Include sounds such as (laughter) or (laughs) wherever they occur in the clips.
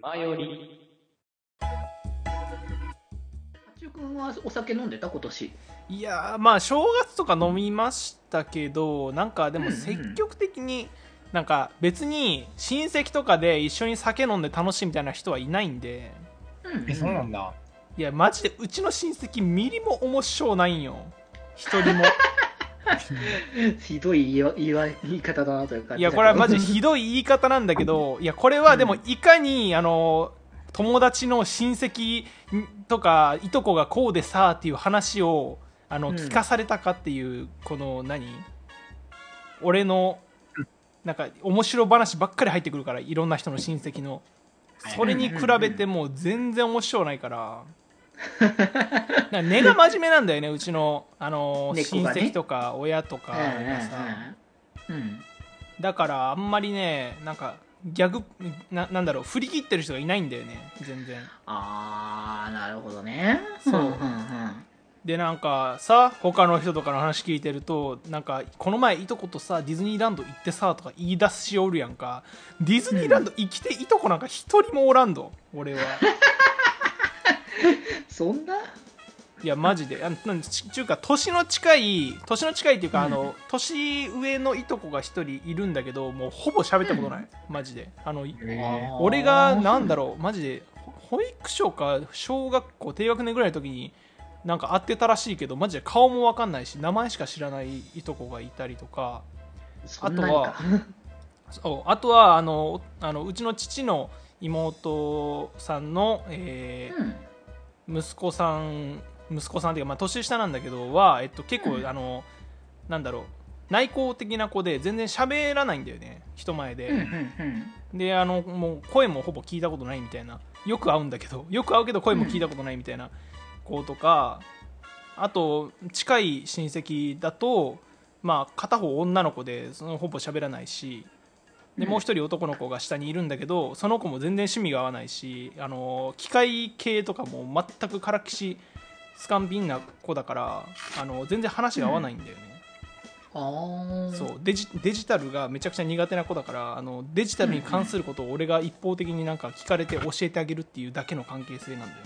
マヨリ。八中君はお酒飲んでた今年。いやーまあ正月とか飲みましたけどなんかでも積極的になんか別に親戚とかで一緒に酒飲んで楽しいみたいな人はいないんでうんえ、そうなんだ。いやマジでうちの親戚ミリも面白ないんよ一人も (laughs) ひどい言いわ言いわ言い方だなという感いじだやけど。これはマジひどい言い方なんだ (laughs) けどいやこれはでもいかにあの友達の親戚とかいとこがこうでさっていう話をあのうん聞かされたかっていうこの何俺のなんか面白話ばっかり入ってくるからいろんな人の親戚のそれに比べてもう全然面白ない (laughs) からなんか根が真面目なんだよねうちのあの猫親がね戚とか親とうかんうんがさ。うんうん。だからあんまりねなんかギャグななんだろう振り切ってる人がいないんだよね全然あー、なるほどね。そうんんんでなんかさ他の人とかの話聞いてるとなんかこの前いとことさディズニーランド行ってさとか言い出しおるやんかディズニーランド行きていとこなんか一人もおらんど俺はそんないやマジであなんちちゅうか年の近い年の近いっていうかあうの年上のいとこが一人いるんだけどもうほぼ喋ったことないマジであのえ俺がなんだろうマジで保育所か小学校低学年ぐらいの時になんか会ってたらしいけどマジで顔も分かんないし名前しか知らないいとこがいたりとかそんなにかあとそうあとはあのあのうちの父の妹さんの、えうんー息子さん息子さんっていうか、まあ、年下なんだけどは、えっと、結構、うんあのなんだろう内向的な子で全然喋らないんだよね人前で。うんうんであのもう声もほぼ聞いたことないみたいなよく会うんだけど (laughs) よく会うけど声も聞いたことないみたいな子とか、あと近い親戚だと、まあ、片方女の子でそのほぼ喋らないしでうんもう一人男の子が下にいるんだけどその子も全然趣味が合わないしあの機械系とかも全くからっきしつかんびんな子だからあの全然話が合わないんだよね。うん。あー。そうデジデジタルがめちゃくちゃ苦手な子だからあのデジタルに関することを俺が一方的になんか聞かれて教えてあげるっていうだけの関係性なんだよね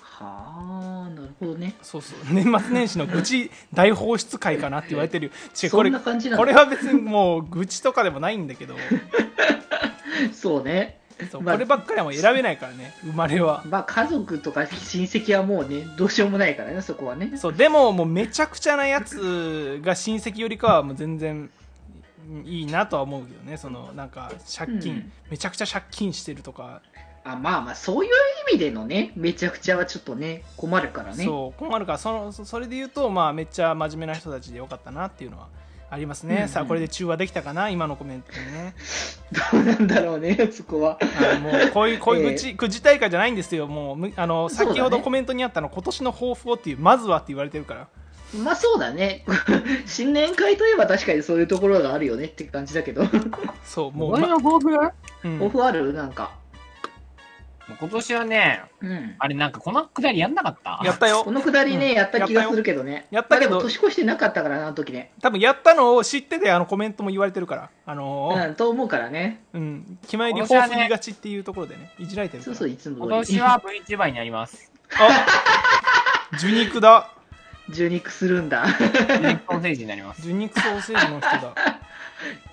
はあ、なるほどね。そうそう (laughs) 年末年始の愚痴大放出会かなって言われてるよ違うこそれんな感じなのこれは別にもう愚痴とかでもないんだけどそうね。 (laughs) そうまあこればっかりはもう選べないからね生まれはまあ家族とか親戚はもうね、どうしようもないからね、そこはね。そうでももうめちゃくちゃなやつが親戚よりかはもう全然いいなとは思うけどねそのなんか借金、うんめちゃくちゃ借金してるとかあまあまあ、そういう意味でのね、めちゃくちゃはちょっとね、困るからね。そう困るからそのそそれで言うと、まあ、めっちゃ真面目な人たちでよかったなっていうのはありますね、うんうんさあこれで中和できたかな今のコメント (laughs) にねどうなんだろうね、そこは。あのもうこういうこういうええ愚痴,、愚痴大会じゃないんですよもうむあのそうだね先ほどコメントにあったの、今年の抱負をっていうまずはって言われてるからまあそうだね。 (laughs) 新年会といえば確かにそういうところがあるよねって感じだけど。そうももう、う、俺まの抱負もうんオフあるなんか。う今年はね、うん。あれなんかこのくだりやんなかったやったよこのくだりね、やった気やったがよするけどね。やったけどまあでも年越してなかったからな、あの時ね。多分やったのを知っててあのコメントも言われてるからあのーうん、と思うからね。うん決まり抱負りがちっていうところでねいじられてるかそうらそう、いつも今通り (laughs) 年は VTuber になります。あ (laughs) 受肉だ受肉するんだ。ソーセージになります。受肉ソーセージの人だ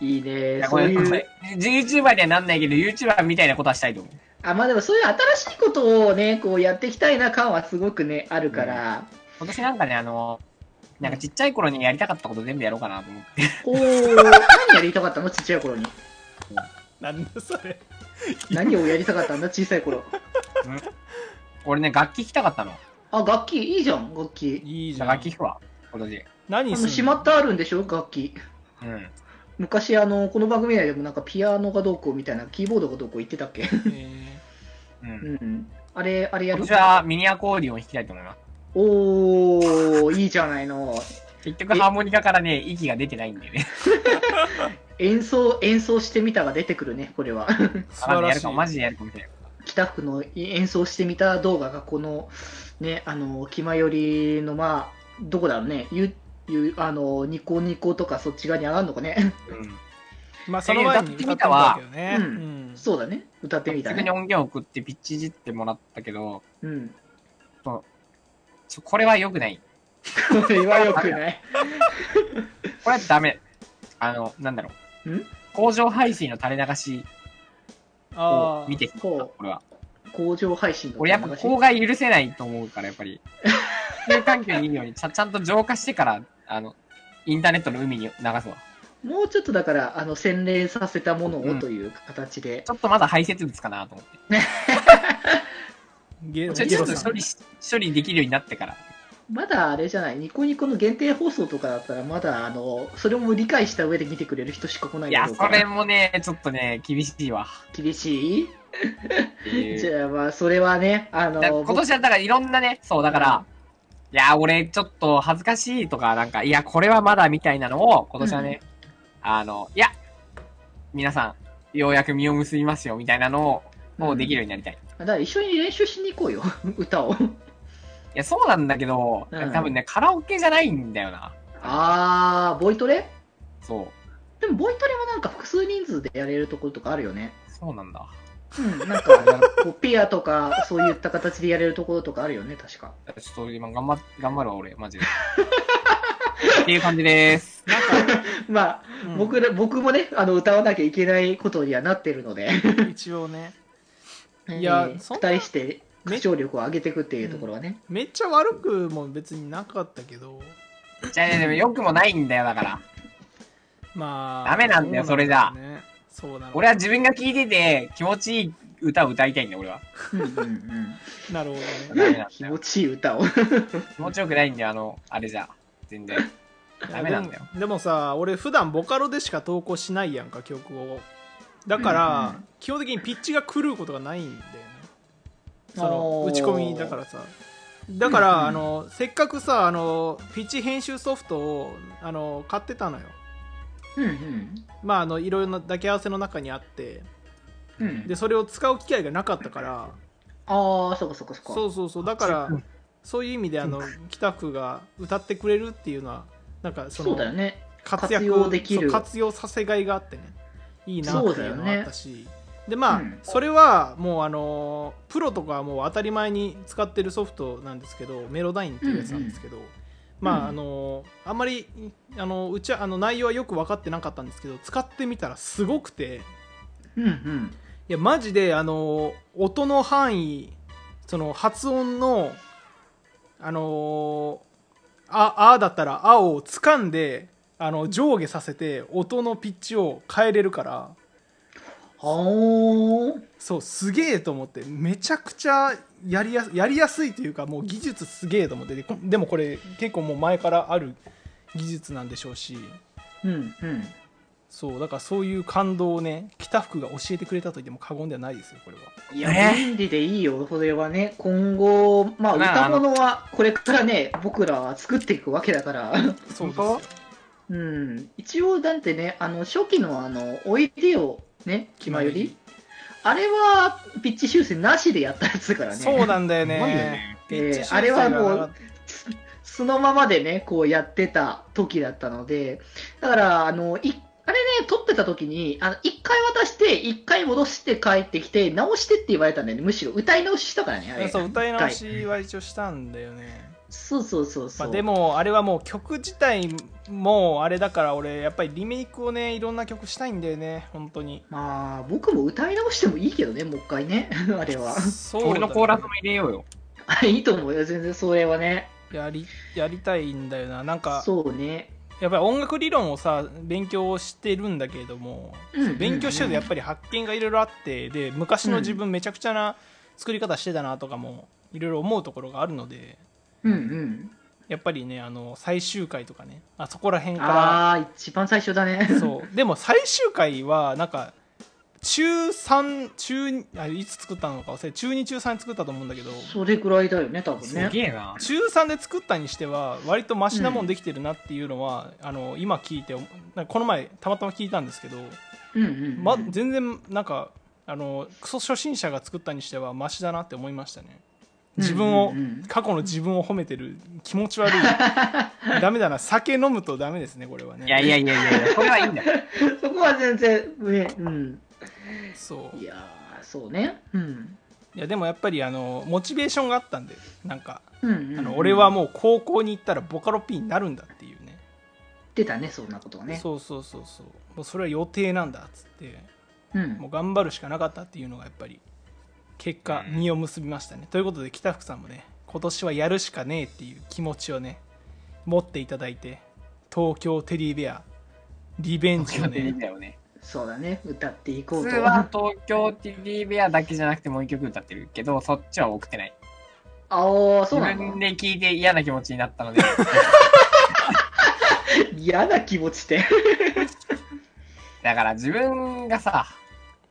いいいねや、。こそうれ、こいうれ。YouTuber にはなんないけど、YouTuber みたいなことはしたいと思う。あ、まあでもそういう新しいことをね、こうやっていきたいな感はすごくね、あるから。今年なんかね、あの、なんかちっちゃい頃にやりたかったこと全部やろうかなと思って。おー、 (laughs) 何やりたかったのちっちゃい頃に。なんだそれ何をやりたかったんだ小さい頃。俺ね、楽器弾きたかったの。あ、楽器、いいじゃん、楽器。いいじゃん楽器弾くわ、今年。何あすんの、のしまってあるんでしょ楽器。うん。昔、あの、この番組内でもなんかピアノがどうこうみたいな、キーボードがどうこう言ってたっ (laughs) けえうんう。ん。あれ、あれや今る年はミニアコーディオン弾きたいと思います。おー、いいじゃないの。結局ハーモニカからね、息が出てないんだよね。演奏、演奏してみたが出てくるね、これは。 (laughs) ー、素晴あまだやらるしいかも、マジでやるかもしれない。北区の演奏してみた動画が、この、ね、あの、気まよりの、まあ、どこだろうね、ゆ、ゆ、あの、ニコニコとかそっち側に上がるのかね。 (laughs) うん。まあその前に歌ったんだけどね、うんそうだね。歌ってみたすぐねに。音源送ってピッチいじってもらったけど、うん。そこれは良くない。これは良くない。これはダメ。あの、なんだろう。ん工場排水の垂れ流しあを見てきた、ここれは。う、工場配信の俺やっぱ公害許せないと思うから、やっぱり。 (laughs) 地球環境にいいようにちゃ、ちゃんと浄化してから、あの、インターネットの海に流すわ。もうちょっとだから、あの、洗練させたものうをんという形でち、ょっとまだ排泄物かなと思って。ゲちょゲちょロっとさ処ん理し、処理できるようになってから。まだあれじゃない、ニコニコの限定放送とかだったら、まだ、あの、それも理解した上で見てくれる人しか来ないいだや、ろうそかられもね、ちょっとね、厳しいわ。厳しいっていうじゃあ、まあ、それはね、あだの、今年はだからいろんなね、そうだから、いや、俺ちょっと恥ずかしいとか、なんか、いや、これはまだみたいなのを、今年はね、あの、いや、皆さん、ようやく実を結びますよ、みたいなのを、もうできるようになりたい。僕だから一緒に練習しに行こうよ、歌を。いや、そうなんだけど、うん多分ね、カラオケじゃないんだよな。あー、ボイトレそう。でも、ボイトレもなんか複数人数でやれるところとかあるよね。そうなんだ。うん、なんか、こうペアとか、そういった形でやれるところとかあるよね、確か。ちょっと今、頑張っ、頑張るわ、俺、マ (laughs) ジで。っていう感じです。まあ、うん僕ら僕もね、あの、歌わなきゃいけないことにはなってるので、一応ねいいやそん期な待して、歌唱力を上げていくっていうところはね。めっちゃ悪くも別になかったけどじゃあね、でも、良くもないんだよ、だから。まあダメなんだよそうそねそうなの俺は自分が聴いてて、気持ちいい歌を歌いたいんだよ、(laughs) 俺は。うんうんうんなるほダどねメなん気だよ持ちいい歌を。気持ちよくないんだよ、あの、あれじゃ。全然。 (laughs) ダメなんいだよやでもでもさ俺普段ボカロでしか投稿しないやんか曲をだから、うんうん基本的にピッチが狂うことがないんだよねそおのー打ち込みだからさだかうら、んうんあのせっかくさあのピッチ編集ソフトをあの買ってたのようんうんまああのいろいろな抱き合わせの中にあってうんでそれを使う機会がなかったからああ、そっかそっかそっか。そうそうそうだからそういう意味であの北区が歌ってくれるっていうのはなんかそそのうだよね。活活躍用できるそう活用させがいがあってねいいなっていうのがあったし、でまあ、うんそれはもうあのープロとかはもう当たり前に使ってるソフトなんですけどメロダインっていうやつなんですけど、まああのーあんまりあのうちはあの内容はよく分かってなかったんですけど使ってみたらすごくてうんうん。いやマジであのー音の範囲その発音のあのーあ、あーだったら、あを掴んで、あの、上下させて、音のピッチを変えれるから、はそう、すげえと思って、めちゃくちゃやりやすやりやすいというか、もう技術すげえと思って、でこでもこれ、結構もう前からある技術なんでしょうし、あ。うんうん。そう、だからそういう感動をね、北福が教えてくれたと言っても過言ではないですよ、これは。いねや、便利でいいよ、それはね。今後、まあ、まあ歌物はこれからね、僕らは作っていくわけだから。そうですよ本。うん。一応、だってね、あの、初期のあの、おいでよ、ね、気まより。あれは、ピッチ修正なしでやったやつだからね。そうなんだよね。 (laughs) すごいよねピッえーチ修あ正れはがもうなかったそ (laughs) そのままでね、こうやってた時だったので、だから、あの、いあれね、撮ってた時に、あの、一回渡して、一回戻して帰ってきて、直してって言われたんだよね。むしろ歌い直ししたからね、あれ。そう歌い直しは一応したんだよね、そうそうそうそまう。あ、でもあれはもう曲自体もあれだから俺やっぱりリメイクをねいろんな曲したいんだよね本当にまあ、僕も歌い直してもいいけどね、もう一回ね、 (laughs) あれ (laughs) は。そうだね俺のコーラスも入れようよ。あいいと思うよ、全然それはね。やりやりたいんだよななんかそうね。やっぱり音楽理論をさ勉強してるんだけれども、うんそう勉強してるとやっぱり発見がいろいろあってで昔の自分めちゃくちゃな作り方してたなとかもいろいろ思うところがあるのでうんうん。やっぱりねあの最終回とかねあそこら辺からああ、一番最初だね。そうでも最終回はなんか中3中2あいつ作ったのか忘れ中2中3に作ったと思うんだけどそれぐらいだよね、多分すね。げえな。中3で作ったにしては割とマシなもんできてるなっていうのは、あの今聞いてなんかこの前たまたま聞いたんですけど、うんうんうん。ま、全然なんかあのクソ初心者が作ったにしてはマシだなって思いましたね自分を、うんうんうん過去の自分を褒めてる気持 (laughs) ち悪いダメだな酒飲むとダメですねこれはねいやいやいやいやいや、これはいいんだよ。そこは全然、ね、うん。そういやー、そうね。うん。いやでもやっぱりあのモチベーションがあったんでなんかうんうん、あの俺はもう高校に行ったらボカロ P になるんだっていうねう。出たね、そんなことはね。そうそうそうそうもうそれは予定なんだっつってうんもう頑張るしかなかったっていうのがやっぱり結果うん実を結びましたね、ということで北福さんもね今年はやるしかねえっていう気持ちをね持っていただいて東京テリーベアリベンジをいいねんだよね。そうだね、歌っていこ普うと。通は東京 TV ベアだけじゃなくてもう一曲歌ってるけど、そっちは送ってない。ああ、そう自なんだ分。で聞いて嫌な気持ちになったので、嫌な気持ちって。だから自分がさ、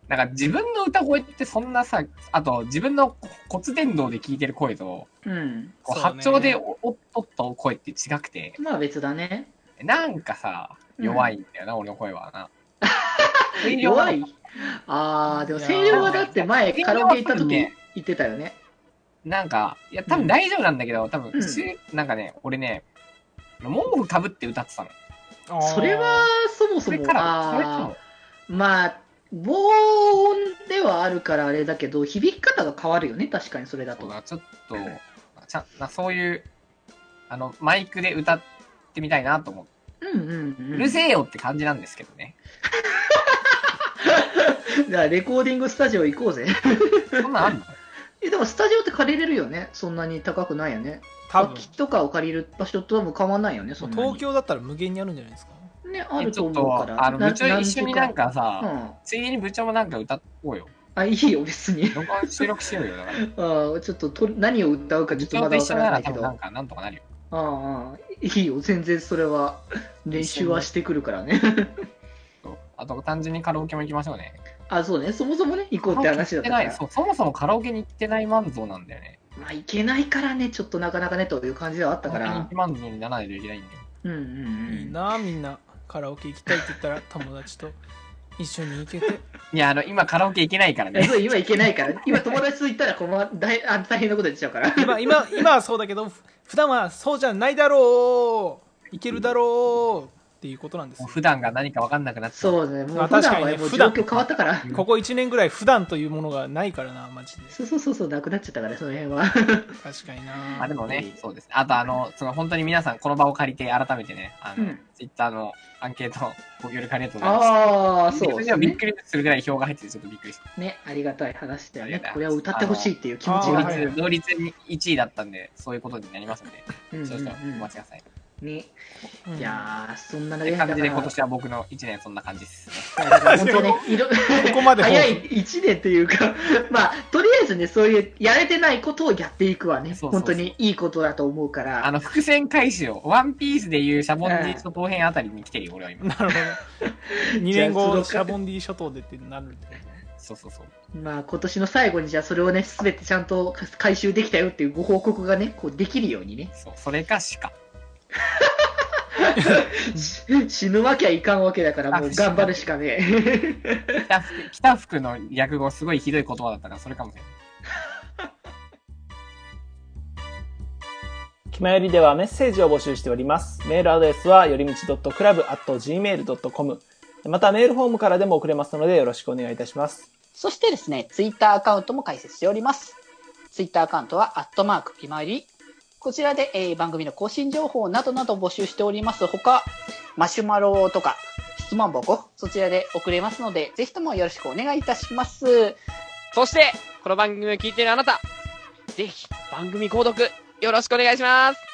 なんか自分の歌声ってそんなさ、あと自分の骨伝導で聞いてる声と、うん。こそううね波長でおおっとっと声って違くて、まあ別だね。なんかさ、うん弱いんだよな、俺の声 (laughs) はな。声量弱いああ、でも声量はだって前カラオケ行った時言ってたよね。なんか、いや、多分大丈夫なんだけど、多分、うん中なんかね、俺ね、毛布かぶって歌ってたの。あーそれはそもそそれも、から、それあかーまあ、防音ではあるからあれだけど、響き方が変わるよね、確かにそれだら、と。ちょっと、ちゃんなそういう、あの、マイクで歌ってみたいなと思って、うんうんうん。うるせえよって感じなんですけどね。じゃあレコーディングスタジオ行こうぜ。 (laughs) そんなんあるのえ、でもスタジオって借りれるよね。そんなに高くないよね。多楽分器とかを借りる場所とも変わんないよね、そんなに。東京だったら無限にあるんじゃないですかね、 (laughs) あえるちとょっ思うかと、ら。あの、部長一緒になんか。かさ、うん。ついでに部長もなんか歌おうよ。あ、いいよ、別に。 (laughs) 録音収録しようよ。だから、部あちょっとと何を歌うかちょっと長まとだ一わか緒らなならいけ多分ど。なんあか、なんとかなるよ。あ、いいよ、全然それは。練習はしてくるからね。 (laughs) そうあと、単純にカラオケも行きましょうね。あ、そうね、そもそもね、行こうっカてラオケ話だ行っってたなかいら。そう、そもそもカラオケに行ってない満足なんだよね。まあ、行けないからね、ちょっとなかなかね、という感じではあったか人ら。気満足にならないといけないんだよ。うんうんうん。いいなみんなカラオケ行きたいって言ったら友達と一緒に行けて (laughs) いや、あの、今カラオケ行けないからえね。そう今行けないから、今友達と行ったらこの大あ大変なことになっちゃうから。今今今はそうだけどふ普段はそうじゃないだろう行けるだろうっていうことなんですもうよ普段が何か分かんなくなっちゃ (laughs) そう。うね、もうあ普確段かにはねもう状普段況変わったから。ここ1年ぐらい普段というものがないからなマジでそうそうそうそう、なくなっちゃったから、その辺は。確かになあでもね、そうですね。あと、あの、その本当に皆さん、この場を借りて、改めてね、あうのん、ツイッターのアンケート、ご協力ありがとうございます。ああ、そそうれですび (laughs) っね。くりするぐらい票が入ってて、ちょっとびっくりした。ね、ありがたい話だよありねがたい。これは歌ってほしいっていう気持あち同ーが。はいはい率、同率に1位だったんで、そういうことになりますんで、うんうんそううしたらおん待ちください。ね、うんいやー、そんなと長いいう間感だじかで、今ら、年は僕の1年、そんな感じです。だから本当ね、いろここまで早い1年というか、 (laughs) まあ、とりあえずね、そういうやれてないことをやっていくはね、そうそうそう本当にいいことだと思うから。あの、伏線回収を、ワンピースでいうシャボンディと後編あたりに来てるよ、俺は今。なるほど2年じゃあそ後のシャボンディ諸島でってなるんでそうそうそう。まあ今年の最後にじゃあそれをね、すべてちゃんと回収できたよっていうご報告がね、こうできるようにね、そう、それかしか。し死ぬわけはいかんわけだから、もうあ頑張るしかねえ。 (laughs) 北福北福の略語すごいひどい言葉だったからそれかもしれない。キマよりではメッセージを募集しております。メールアドレスは、よりみち .club.gmail.com。また、メールフォームからでも送れますので、よろしくお願いいたします。そしてですね、ツイッターアカウントも開設しております。ツイッターアカウントは、アットマーク、今より。こちらで、えー番組の更新情報などなど募集しております。ほか、マシュマロとか、質問箱、そちらで送れますので、ぜひともよろしくお願いいたします。そして、この番組を聞いているあなた、ぜひ番組購読よろしくお願いします。